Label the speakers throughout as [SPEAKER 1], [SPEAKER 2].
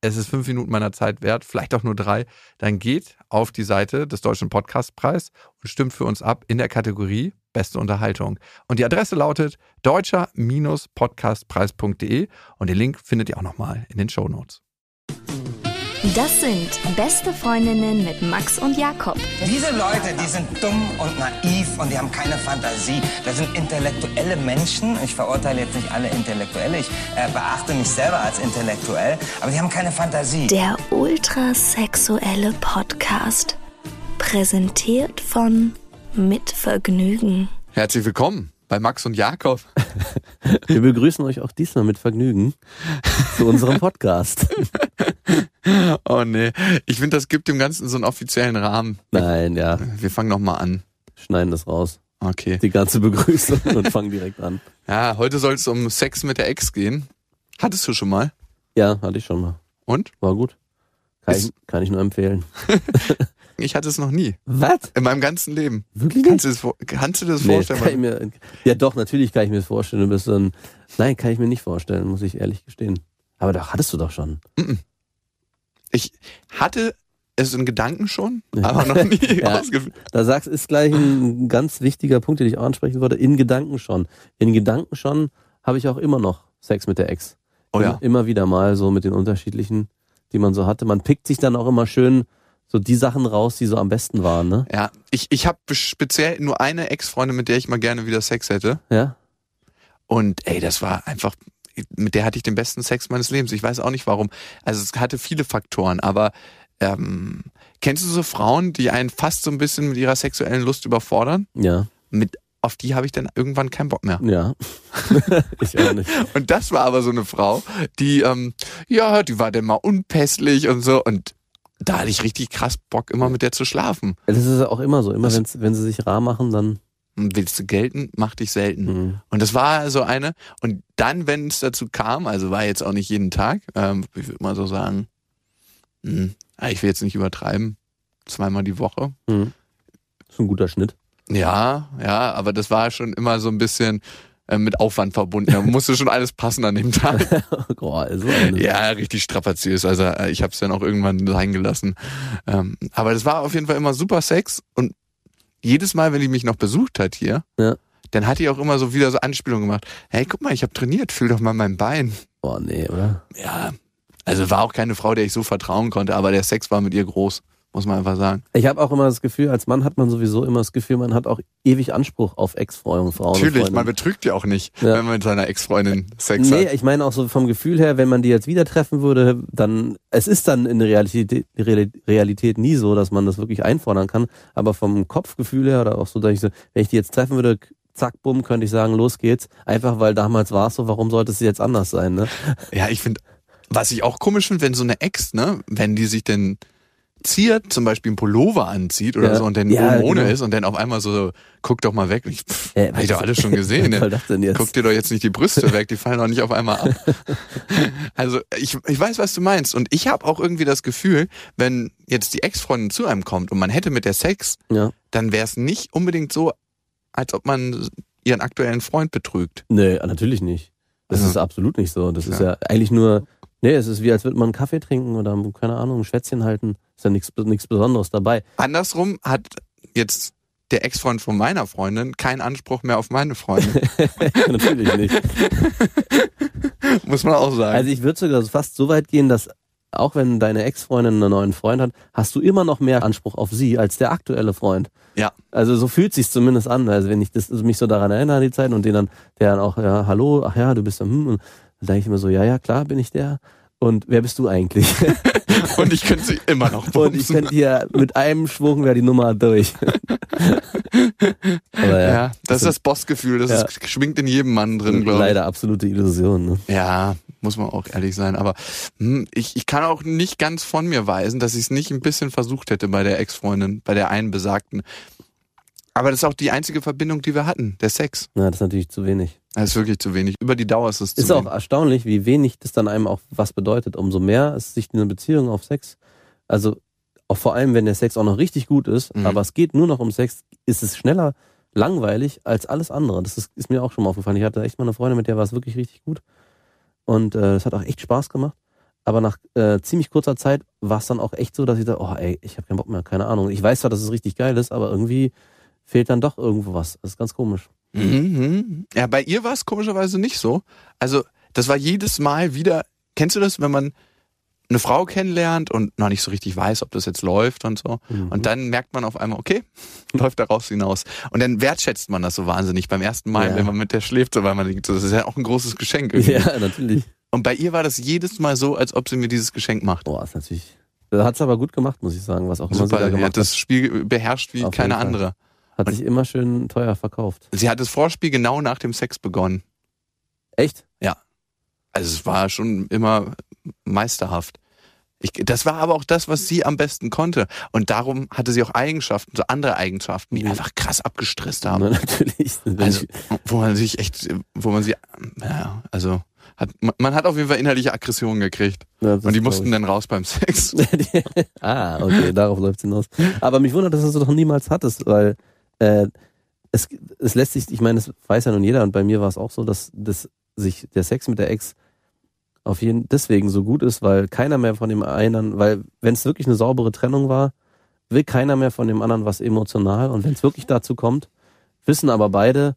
[SPEAKER 1] es ist fünf Minuten meiner Zeit wert, vielleicht auch nur drei, dann geht auf die Seite des Deutschen Podcastpreis und stimmt für uns ab in der Kategorie Beste Unterhaltung. Und die Adresse lautet deutscher-podcastpreis.de und den Link findet ihr auch nochmal in den Show Notes.
[SPEAKER 2] Das sind Beste Freundinnen mit Max und Jakob.
[SPEAKER 3] Diese Leute, die sind dumm und naiv und die haben keine Fantasie. Das sind intellektuelle Menschen. Ich verurteile jetzt nicht alle Intellektuelle. Ich äh, beachte mich selber als intellektuell. Aber die haben keine Fantasie.
[SPEAKER 2] Der ultrasexuelle Podcast. Präsentiert von Mit Vergnügen.
[SPEAKER 1] Herzlich willkommen bei Max und Jakob.
[SPEAKER 4] Wir begrüßen euch auch diesmal mit Vergnügen zu unserem Podcast.
[SPEAKER 1] Oh nee, ich finde, das gibt dem Ganzen so einen offiziellen Rahmen.
[SPEAKER 4] Nein, ja,
[SPEAKER 1] Wir fangen nochmal an.
[SPEAKER 4] schneiden das raus.
[SPEAKER 1] Okay.
[SPEAKER 4] Die ganze Begrüßung und fangen direkt an.
[SPEAKER 1] Ja, heute soll es um Sex mit der Ex gehen. Hattest du schon mal?
[SPEAKER 4] Ja, hatte ich schon mal.
[SPEAKER 1] Und?
[SPEAKER 4] War gut. Kann,
[SPEAKER 1] Ist-
[SPEAKER 4] ich, kann ich nur empfehlen.
[SPEAKER 1] Ich hatte es noch nie.
[SPEAKER 4] Was?
[SPEAKER 1] In meinem ganzen Leben.
[SPEAKER 4] Wirklich
[SPEAKER 1] Kannst du, es, vor- kannst du dir das
[SPEAKER 4] Nee,
[SPEAKER 1] vorstellen?
[SPEAKER 4] kann ich mir, ja, doch, natürlich kann ich mir das vorstellen. Du bist so ein, nein, kann ich mir nicht vorstellen, muss ich ehrlich gestehen. Aber da hattest du doch schon.
[SPEAKER 1] Ich hatte es in Gedanken schon,
[SPEAKER 4] Ja.
[SPEAKER 1] aber noch nie
[SPEAKER 4] Ja.
[SPEAKER 1] ausgeführt.
[SPEAKER 4] Da sagst ist gleich ein ganz wichtiger Punkt, den ich auch ansprechen wollte. In Gedanken schon. In Gedanken schon habe ich auch immer noch Sex mit der Ex.
[SPEAKER 1] Oh ja.
[SPEAKER 4] Im- Immer wieder mal so mit den unterschiedlichen, die man so hatte. Man pickt sich dann auch immer schön so die Sachen raus, die so am besten waren, ne?
[SPEAKER 1] Ja, ich, ich habe speziell nur eine Ex-Freundin, mit der ich mal gerne wieder Sex hätte.
[SPEAKER 4] Ja?
[SPEAKER 1] Und ey, das war einfach, mit der hatte ich den besten Sex meines Lebens. Ich weiß auch nicht warum. Also es hatte viele Faktoren, aber ähm, kennst du so Frauen, die einen fast so ein bisschen mit ihrer sexuellen Lust überfordern?
[SPEAKER 4] Ja,
[SPEAKER 1] Mit, auf die habe ich dann irgendwann keinen Bock mehr.
[SPEAKER 4] ja. ich auch nicht.
[SPEAKER 1] Und das war aber so eine Frau, die, ähm, ja, die war dann mal unpässlich und so. Und da hatte ich richtig krass Bock, immer mit der zu schlafen.
[SPEAKER 4] Das ist auch immer so. Immer
[SPEAKER 1] Das-
[SPEAKER 4] wenn's, wenn sie sich rar machen, dann. hm,
[SPEAKER 1] Und Willst du gelten, mach dich selten.
[SPEAKER 4] Mh.
[SPEAKER 1] Und das war so eine. Und dann, wenn es dazu kam, also war jetzt auch nicht jeden Tag, ähm, ich würde mal so sagen, mh, ah, ich will jetzt nicht übertreiben, zweimal die Woche.
[SPEAKER 4] Mh. Ist ein guter Schnitt.
[SPEAKER 1] Ja, ja, aber das war schon immer so ein bisschen äh, mit Aufwand verbunden. Da musste schon alles passen an dem Tag.
[SPEAKER 4] Boah, also eine-
[SPEAKER 1] Ja, richtig strapaziös. Also äh, ich habe es dann auch irgendwann sein gelassen. Ähm, aber das war auf jeden Fall immer super Sex. Und jedes Mal, wenn die mich noch besucht hat hier,
[SPEAKER 4] Ja.
[SPEAKER 1] dann hat die auch immer so wieder so Anspielungen gemacht. Hey, guck mal, ich habe trainiert, fühl doch mal mein Bein.
[SPEAKER 4] Boah, nee, oder?
[SPEAKER 1] Ja, also war auch keine Frau, der ich so vertrauen konnte, aber der Sex war mit ihr groß, muss man einfach sagen.
[SPEAKER 4] Ich habe auch immer das Gefühl, als Mann hat man sowieso immer das Gefühl, man hat auch ewig Anspruch auf Ex-Frauen. Frauen und
[SPEAKER 1] Natürlich, man
[SPEAKER 4] Freundinnen.
[SPEAKER 1] betrügt ja auch nicht,
[SPEAKER 4] Ja.
[SPEAKER 1] wenn man mit seiner Ex-Freundin Sex
[SPEAKER 4] Nee,
[SPEAKER 1] hat.
[SPEAKER 4] ich meine auch so vom Gefühl her, wenn man die jetzt wieder treffen würde, dann, es ist dann in der Realität, Real- Realität nie so, dass man das wirklich einfordern kann. Aber vom Kopfgefühl her oder auch so, dass ich so, wenn ich die jetzt treffen würde, zack, bumm, könnte ich sagen, los geht's. Einfach weil damals war es so, warum sollte es jetzt anders sein, ne?
[SPEAKER 1] Ja, ich finde, was ich auch komisch finde, wenn so eine Ex, ne, wenn die sich denn ziert, zum Beispiel einen Pullover anzieht oder
[SPEAKER 4] Ja.
[SPEAKER 1] so und dann
[SPEAKER 4] Ja,
[SPEAKER 1] oben ohne
[SPEAKER 4] genau.
[SPEAKER 1] ist und dann auf einmal so, guck doch mal weg. Ich, pff,
[SPEAKER 4] Äh,
[SPEAKER 1] hab ich doch alles schon gesehen.
[SPEAKER 4] Was soll
[SPEAKER 1] Ne?
[SPEAKER 4] das denn jetzt?
[SPEAKER 1] Guck dir doch jetzt nicht die Brüste weg, die fallen doch nicht auf einmal ab. Also ich, ich weiß, was du meinst. Und ich habe auch irgendwie das Gefühl, wenn jetzt die Ex-Freundin zu einem kommt und man hätte mit der Sex,
[SPEAKER 4] Ja.
[SPEAKER 1] dann wäre es nicht unbedingt so, als ob man ihren aktuellen Freund betrügt.
[SPEAKER 4] Nee, natürlich nicht. Das
[SPEAKER 1] Also-
[SPEAKER 4] ist absolut nicht so. Das ist
[SPEAKER 1] Ja.
[SPEAKER 4] ja eigentlich nur, nee, es ist wie, als würde man einen Kaffee trinken oder, keine Ahnung, ein Schwätzchen halten. Ist ja nichts nichts Besonderes dabei.
[SPEAKER 1] Andersrum hat jetzt der Ex-Freund von meiner Freundin keinen Anspruch mehr auf meine Freundin,
[SPEAKER 4] natürlich nicht.
[SPEAKER 1] muss man auch sagen.
[SPEAKER 4] Also ich würde sogar fast so weit gehen, dass auch wenn deine Ex-Freundin einen neuen Freund hat, hast du immer noch mehr Anspruch auf sie als der aktuelle Freund.
[SPEAKER 1] Ja.
[SPEAKER 4] Also so fühlt sich's zumindest an. Also wenn ich das, also mich so daran erinnere, die Zeiten und den dann, der dann auch, ja, hallo, ach ja, du bist ja, hm, und dann denke ich immer so, ja, ja, klar, bin ich der. Und wer bist du eigentlich?
[SPEAKER 1] und ich könnte sie immer noch
[SPEAKER 4] Und ich
[SPEAKER 1] bumsen.
[SPEAKER 4] könnte hier mit einem Schwung wäre die Nummer durch. Aber ja,
[SPEAKER 1] ja, das ist das Bossgefühl, das
[SPEAKER 4] Also Ja.
[SPEAKER 1] ist, schwingt in jedem Mann drin, glaube ich.
[SPEAKER 4] leider absolute Illusion. Ne?
[SPEAKER 1] Ja, muss man auch ehrlich sein. Aber hm, ich, ich kann auch nicht ganz von mir weisen, dass ich es nicht ein bisschen versucht hätte bei der Ex-Freundin, bei der einen besagten. Aber das ist auch die einzige Verbindung, die wir hatten, der Sex.
[SPEAKER 4] Na, das ist natürlich zu wenig.
[SPEAKER 1] Das ist wirklich zu wenig. Über die Dauer ist es zu
[SPEAKER 4] Ist auch
[SPEAKER 1] wenig.
[SPEAKER 4] erstaunlich, wie wenig das dann einem auch was bedeutet. Umso mehr es sich eine Beziehung auf Sex, also auch vor allem, wenn der Sex auch noch richtig gut ist,
[SPEAKER 1] Mhm.
[SPEAKER 4] aber es geht nur noch um Sex, ist es schneller langweilig als alles andere. Das ist, ist mir auch schon mal aufgefallen. Ich hatte echt mal eine Freundin, mit der war es wirklich richtig gut. Und äh, es hat auch echt Spaß gemacht. Aber nach äh, ziemlich kurzer Zeit war es dann auch echt so, dass ich dachte, oh ey, ich habe keinen Bock mehr, keine Ahnung. Ich weiß zwar, dass es richtig geil ist, aber irgendwie fehlt dann doch irgendwo was. Das ist ganz komisch.
[SPEAKER 1] Mhm. Ja, bei ihr war es komischerweise nicht so. Also, das war jedes Mal wieder. Kennst du das, wenn man eine Frau kennenlernt und noch nicht so richtig weiß, ob das jetzt läuft und so?
[SPEAKER 4] Mhm.
[SPEAKER 1] Und dann merkt man auf einmal, okay, läuft daraus hinaus. Und dann wertschätzt man das so wahnsinnig beim ersten Mal,
[SPEAKER 4] Ja.
[SPEAKER 1] wenn man mit der schläft, so, weil man denkt, so, das ist ja auch ein großes Geschenk. Irgendwie.
[SPEAKER 4] ja, natürlich.
[SPEAKER 1] Und bei ihr war das jedes Mal so, als ob sie mir dieses Geschenk macht.
[SPEAKER 4] Boah, ist natürlich. Hat es aber gut gemacht, muss ich sagen, was auch immer sie da
[SPEAKER 1] Super, sie
[SPEAKER 4] gemacht
[SPEAKER 1] hat das Spiel beherrscht wie
[SPEAKER 4] Auf
[SPEAKER 1] keine
[SPEAKER 4] jeden Fall.
[SPEAKER 1] andere.
[SPEAKER 4] hat. Hat sich immer schön teuer verkauft.
[SPEAKER 1] Sie hat das Vorspiel genau nach dem Sex begonnen.
[SPEAKER 4] Echt?
[SPEAKER 1] Also es war schon immer meisterhaft. Ich, das war aber auch das, was sie am besten konnte. Und darum hatte sie auch Eigenschaften, so andere Eigenschaften, die
[SPEAKER 4] Ja.
[SPEAKER 1] einfach krass abgestresst
[SPEAKER 4] Na,
[SPEAKER 1] haben.
[SPEAKER 4] natürlich. Wenn
[SPEAKER 1] Also,
[SPEAKER 4] ich-
[SPEAKER 1] wo man sich echt, wo man sie, naja, also, hat, man, man hat auf jeden Fall innerliche Aggressionen gekriegt.
[SPEAKER 4] na, das
[SPEAKER 1] und die
[SPEAKER 4] glaub
[SPEAKER 1] mussten
[SPEAKER 4] ich.
[SPEAKER 1] dann raus beim Sex.
[SPEAKER 4] ah, okay, darauf läuft es hinaus. Aber mich wundert, dass du das doch niemals hattest, weil äh, es, es lässt sich, ich meine, das weiß ja nun jeder und bei mir war es auch so, dass, dass sich der Sex mit der Ex auf jeden deswegen so gut ist, weil keiner mehr von dem einen, weil wenn es wirklich eine saubere Trennung war, will keiner mehr von dem anderen was emotional und wenn es wirklich dazu kommt, wissen aber beide,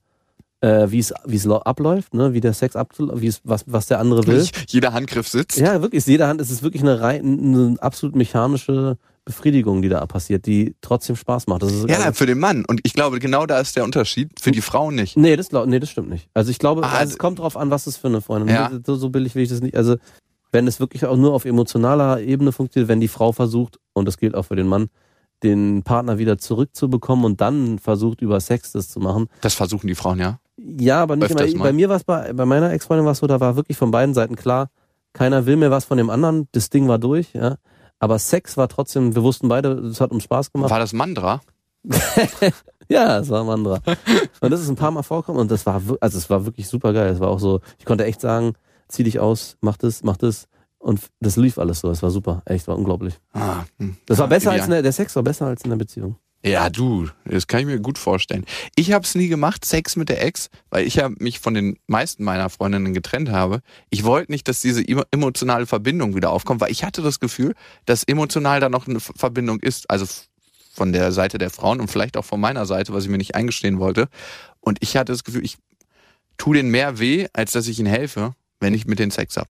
[SPEAKER 4] äh, wie es wie es lau- abläuft, ne, wie der Sex abzuläuft, wie es was was der andere will.
[SPEAKER 1] Jeder Handgriff sitzt.
[SPEAKER 4] Ja, wirklich. aus Jeder Hand ist es wirklich eine, rein, eine absolut mechanische Befriedigung, die da passiert, die trotzdem Spaß macht. Das ist
[SPEAKER 1] Ja, für den Mann. Und ich glaube, genau da ist der Unterschied. Für die Frau nicht.
[SPEAKER 4] nee, das glaub, nee, das stimmt nicht. Also ich glaube,
[SPEAKER 1] Ah,
[SPEAKER 4] es kommt drauf an, was es für eine Freundin ist.
[SPEAKER 1] Ja.
[SPEAKER 4] So, so billig will ich das nicht. Also wenn es wirklich auch nur auf emotionaler Ebene funktioniert, wenn die Frau versucht, und das gilt auch für den Mann, den Partner wieder zurückzubekommen und dann versucht, über Sex das zu machen,
[SPEAKER 1] Das versuchen die Frauen, ja.
[SPEAKER 4] Ja, aber nicht immer.
[SPEAKER 1] Öfters mal.
[SPEAKER 4] Bei mir war es bei, bei meiner Ex-Freundin war es so, da war wirklich von beiden Seiten klar, keiner will mehr was von dem anderen, das Ding war durch, ja. Aber Sex war trotzdem, wir wussten beide, es hat uns Spaß gemacht.
[SPEAKER 1] War das Mandra?
[SPEAKER 4] Ja, es war Mandra. und das ist ein paar Mal vorkommen und das war, wir- also es war wirklich super geil. Es war auch so, ich konnte echt sagen, zieh dich aus, mach das, mach das. Und das lief alles so, es war super, echt, war unglaublich.
[SPEAKER 1] Ah, hm.
[SPEAKER 4] Das war besser
[SPEAKER 1] Ideal.
[SPEAKER 4] als in der, der Sex war besser als in der Beziehung.
[SPEAKER 1] Ja, du, das kann ich mir gut vorstellen. Ich habe es nie gemacht, Sex mit der Ex, weil ich ja mich von den meisten meiner Freundinnen getrennt habe. Ich wollte nicht, dass diese emo- emotionale Verbindung wieder aufkommt, weil ich hatte das Gefühl, dass emotional da noch eine F- Verbindung ist, also f- von der Seite der Frauen und vielleicht auch von meiner Seite, was ich mir nicht eingestehen wollte. Und ich hatte das Gefühl, ich tue denen mehr weh, als dass ich ihnen helfe, wenn ich mit denen Sex hab.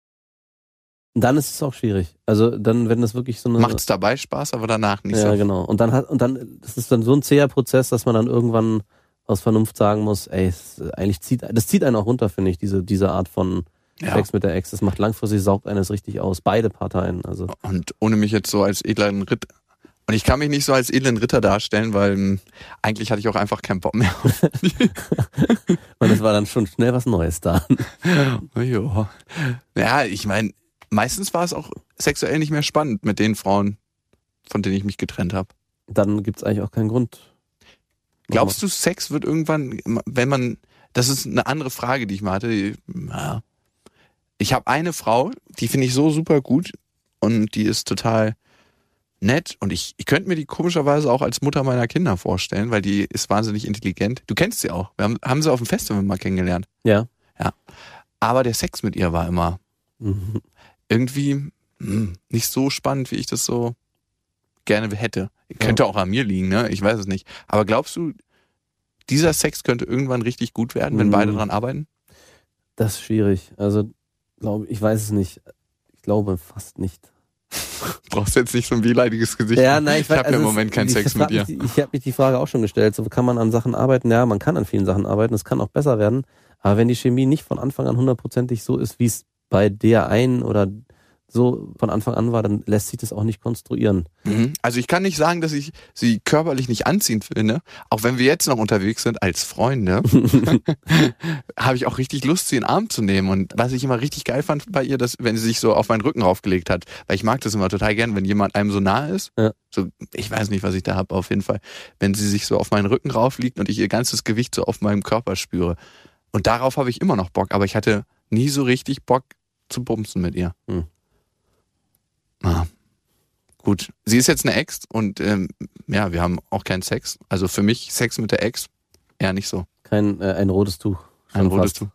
[SPEAKER 4] Und dann ist es auch schwierig. Also dann, wenn das wirklich so eine.
[SPEAKER 1] Macht's dabei Spaß, aber danach nicht
[SPEAKER 4] ja,
[SPEAKER 1] so.
[SPEAKER 4] genau. Und dann hat und dann das ist dann so ein zäher Prozess, dass man dann irgendwann aus Vernunft sagen muss, ey, es, äh, eigentlich zieht das zieht einen auch runter, finde ich, diese diese Art von
[SPEAKER 1] Ja.
[SPEAKER 4] Sex mit der Ex. Das macht langfristig saugt eines richtig aus, beide Parteien. Also
[SPEAKER 1] Und ohne mich jetzt so als edlen Ritter. Und ich kann mich nicht so als edlen Ritter darstellen, weil ähm, eigentlich hatte ich auch einfach keinen Bock mehr.
[SPEAKER 4] und es war dann schon schnell was Neues da.
[SPEAKER 1] ja, Ja, ich meine, meistens war es auch sexuell nicht mehr spannend mit den Frauen, von denen ich mich getrennt habe.
[SPEAKER 4] Dann gibt's eigentlich auch keinen Grund.
[SPEAKER 1] Glaubst du, Sex wird irgendwann, wenn man, das ist eine andere Frage, die ich mal hatte. die- Ja. Ich habe eine Frau, die finde ich so super gut und die ist total nett und ich, ich könnte mir die komischerweise auch als Mutter meiner Kinder vorstellen, weil die ist wahnsinnig intelligent. Du kennst sie auch. Wir haben, haben sie auf dem Festival mal kennengelernt.
[SPEAKER 4] Ja.
[SPEAKER 1] Aber der Sex mit ihr war immer
[SPEAKER 4] Mhm.
[SPEAKER 1] irgendwie hm, nicht so spannend, wie ich das so gerne hätte. Könnte auch an mir liegen, ne? Ich weiß es nicht. Aber glaubst du, dieser Sex könnte irgendwann richtig gut werden, wenn
[SPEAKER 4] Hm.
[SPEAKER 1] beide dran arbeiten?
[SPEAKER 4] Das ist schwierig. Also glaube ich weiß es nicht. Ich glaube fast nicht.
[SPEAKER 1] Brauchst jetzt nicht so ein wehleidiges Gesicht.
[SPEAKER 4] Ja, nein, ich,
[SPEAKER 1] ich
[SPEAKER 4] weiß- also
[SPEAKER 1] habe ja im
[SPEAKER 4] es-
[SPEAKER 1] Moment keinen
[SPEAKER 4] ich
[SPEAKER 1] Sex mit
[SPEAKER 4] frag
[SPEAKER 1] ihr.
[SPEAKER 4] mich die- Ich habe mich die Frage auch schon gestellt. So kann man an Sachen arbeiten? Ja, man kann an vielen Sachen arbeiten. Es kann auch besser werden. Aber wenn die Chemie nicht von Anfang an hundertprozentig so ist, wie es bei der einen oder so von Anfang an war, dann lässt sich das auch nicht konstruieren.
[SPEAKER 1] Mhm. Also ich kann nicht sagen, dass ich sie körperlich nicht anziehend finde. Auch wenn wir jetzt noch unterwegs sind als Freunde, habe ich auch richtig Lust, sie in den Arm zu nehmen. Und was ich immer richtig geil fand bei ihr, dass wenn sie sich so auf meinen Rücken raufgelegt hat, weil ich mag das immer total gern, wenn jemand einem so nah ist.
[SPEAKER 4] Ja.
[SPEAKER 1] So, ich weiß nicht, was ich da habe, auf jeden Fall. Wenn sie sich so auf meinen Rücken raufliegt und ich ihr ganzes Gewicht so auf meinem Körper spüre. Und darauf habe ich immer noch Bock, aber ich hatte nie so richtig Bock zu bumsen mit ihr.
[SPEAKER 4] Hm.
[SPEAKER 1] Ah. Gut, sie ist jetzt eine Ex und ähm, ja, wir haben auch keinen Sex. Also für mich Sex mit der Ex eher nicht so.
[SPEAKER 4] Kein äh, ein rotes Tuch. Schon
[SPEAKER 1] Ein rotes
[SPEAKER 4] fast.
[SPEAKER 1] Tuch.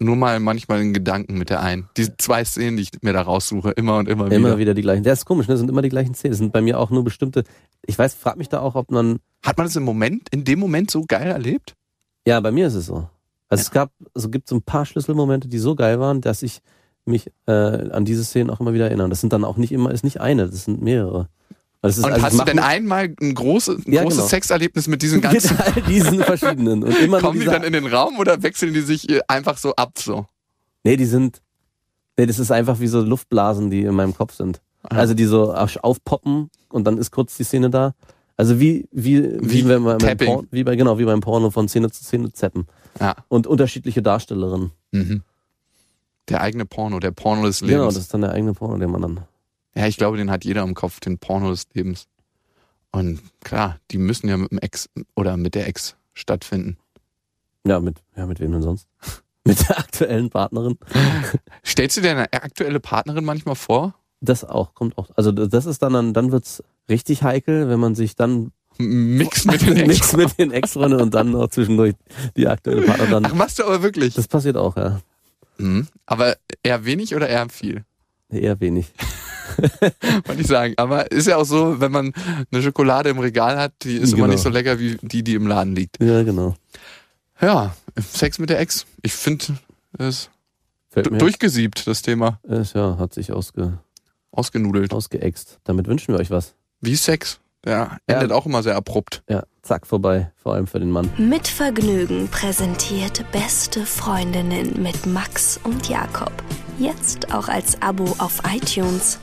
[SPEAKER 1] Nur mal manchmal in Gedanken mit der einen. Die zwei Szenen, die ich mir da raussuche, immer und immer,
[SPEAKER 4] Immer
[SPEAKER 1] wieder.
[SPEAKER 4] wieder die gleichen. Das ist komisch, ne? Das sind immer die gleichen Szenen. Das sind bei mir auch nur bestimmte. Ich weiß, frag mich da auch, ob man.
[SPEAKER 1] Hat man das im Moment, in dem Moment so geil erlebt?
[SPEAKER 4] Ja, bei mir ist es so. Also es gab, also gibt so ein paar Schlüsselmomente, die so geil waren, dass ich mich äh, an diese Szenen auch immer wieder erinnere. Das sind dann auch nicht immer, ist nicht eine, das sind mehrere. Weil Das ist,
[SPEAKER 1] Und
[SPEAKER 4] also ich
[SPEAKER 1] hast du
[SPEAKER 4] mach
[SPEAKER 1] denn
[SPEAKER 4] mit-
[SPEAKER 1] einmal ein, große, ein
[SPEAKER 4] Ja,
[SPEAKER 1] großes
[SPEAKER 4] genau.
[SPEAKER 1] Sexerlebnis mit diesen ganzen?
[SPEAKER 4] mit all diesen verschiedenen und immer nur
[SPEAKER 1] Kommen die
[SPEAKER 4] diese,
[SPEAKER 1] dann in den Raum oder wechseln die sich äh, einfach so ab so?
[SPEAKER 4] Nee, die sind Nee, das ist einfach wie so Luftblasen, die in meinem Kopf sind.
[SPEAKER 1] Ah.
[SPEAKER 4] Also die so auf- aufpoppen und dann ist kurz die Szene da. Also wie wie
[SPEAKER 1] Wie
[SPEAKER 4] wenn man beim
[SPEAKER 1] Tapping.
[SPEAKER 4] Porn, wie bei genau, wie beim Porno von Szene zu Szene zappen
[SPEAKER 1] Ja.
[SPEAKER 4] und unterschiedliche Darstellerinnen.
[SPEAKER 1] Mhm. Der eigene Porno, der Porno des
[SPEAKER 4] Genau, das
[SPEAKER 1] Lebens.
[SPEAKER 4] ist dann der eigene Porno, den man dann.
[SPEAKER 1] ja, ich glaube, den hat jeder im Kopf, den Porno des Lebens. Und klar, die müssen ja mit dem Ex oder mit der Ex stattfinden.
[SPEAKER 4] Ja, mit ja, mit wem denn sonst? mit der aktuellen Partnerin.
[SPEAKER 1] Stellst du dir deine aktuelle Partnerin manchmal vor?
[SPEAKER 4] Das auch kommt auch. Also das ist dann dann dann wird's richtig heikel, wenn man sich dann
[SPEAKER 1] Mix mit den Ex.
[SPEAKER 4] Mix mit den Ex-Freunden und dann noch zwischendurch die aktuelle Partnerin.
[SPEAKER 1] Ach,
[SPEAKER 4] Dann,
[SPEAKER 1] machst du aber wirklich.
[SPEAKER 4] das passiert auch, ja.
[SPEAKER 1] Mhm. Aber eher wenig oder eher viel,
[SPEAKER 4] Eher wenig.
[SPEAKER 1] wollte ich sagen. Aber ist ja auch so, wenn man eine Schokolade im Regal hat, die ist immer
[SPEAKER 4] Genau.
[SPEAKER 1] nicht so lecker wie die, die im Laden liegt.
[SPEAKER 4] Ja, genau.
[SPEAKER 1] Ja, Sex mit der Ex. Ich finde, es
[SPEAKER 4] Fällt
[SPEAKER 1] du- durchgesiebt, das Thema.
[SPEAKER 4] Ist, ja, hat sich ausge,
[SPEAKER 1] Ausgenudelt.
[SPEAKER 4] ausgeext. Damit wünschen wir euch was.
[SPEAKER 1] Wie Sex. Ja, endet auch immer sehr abrupt.
[SPEAKER 4] Ja, zack, vorbei. Vor allem für den Mann.
[SPEAKER 2] Mit Vergnügen präsentiert Beste Freundinnen mit Max und Jakob. Jetzt auch als Abo auf iTunes.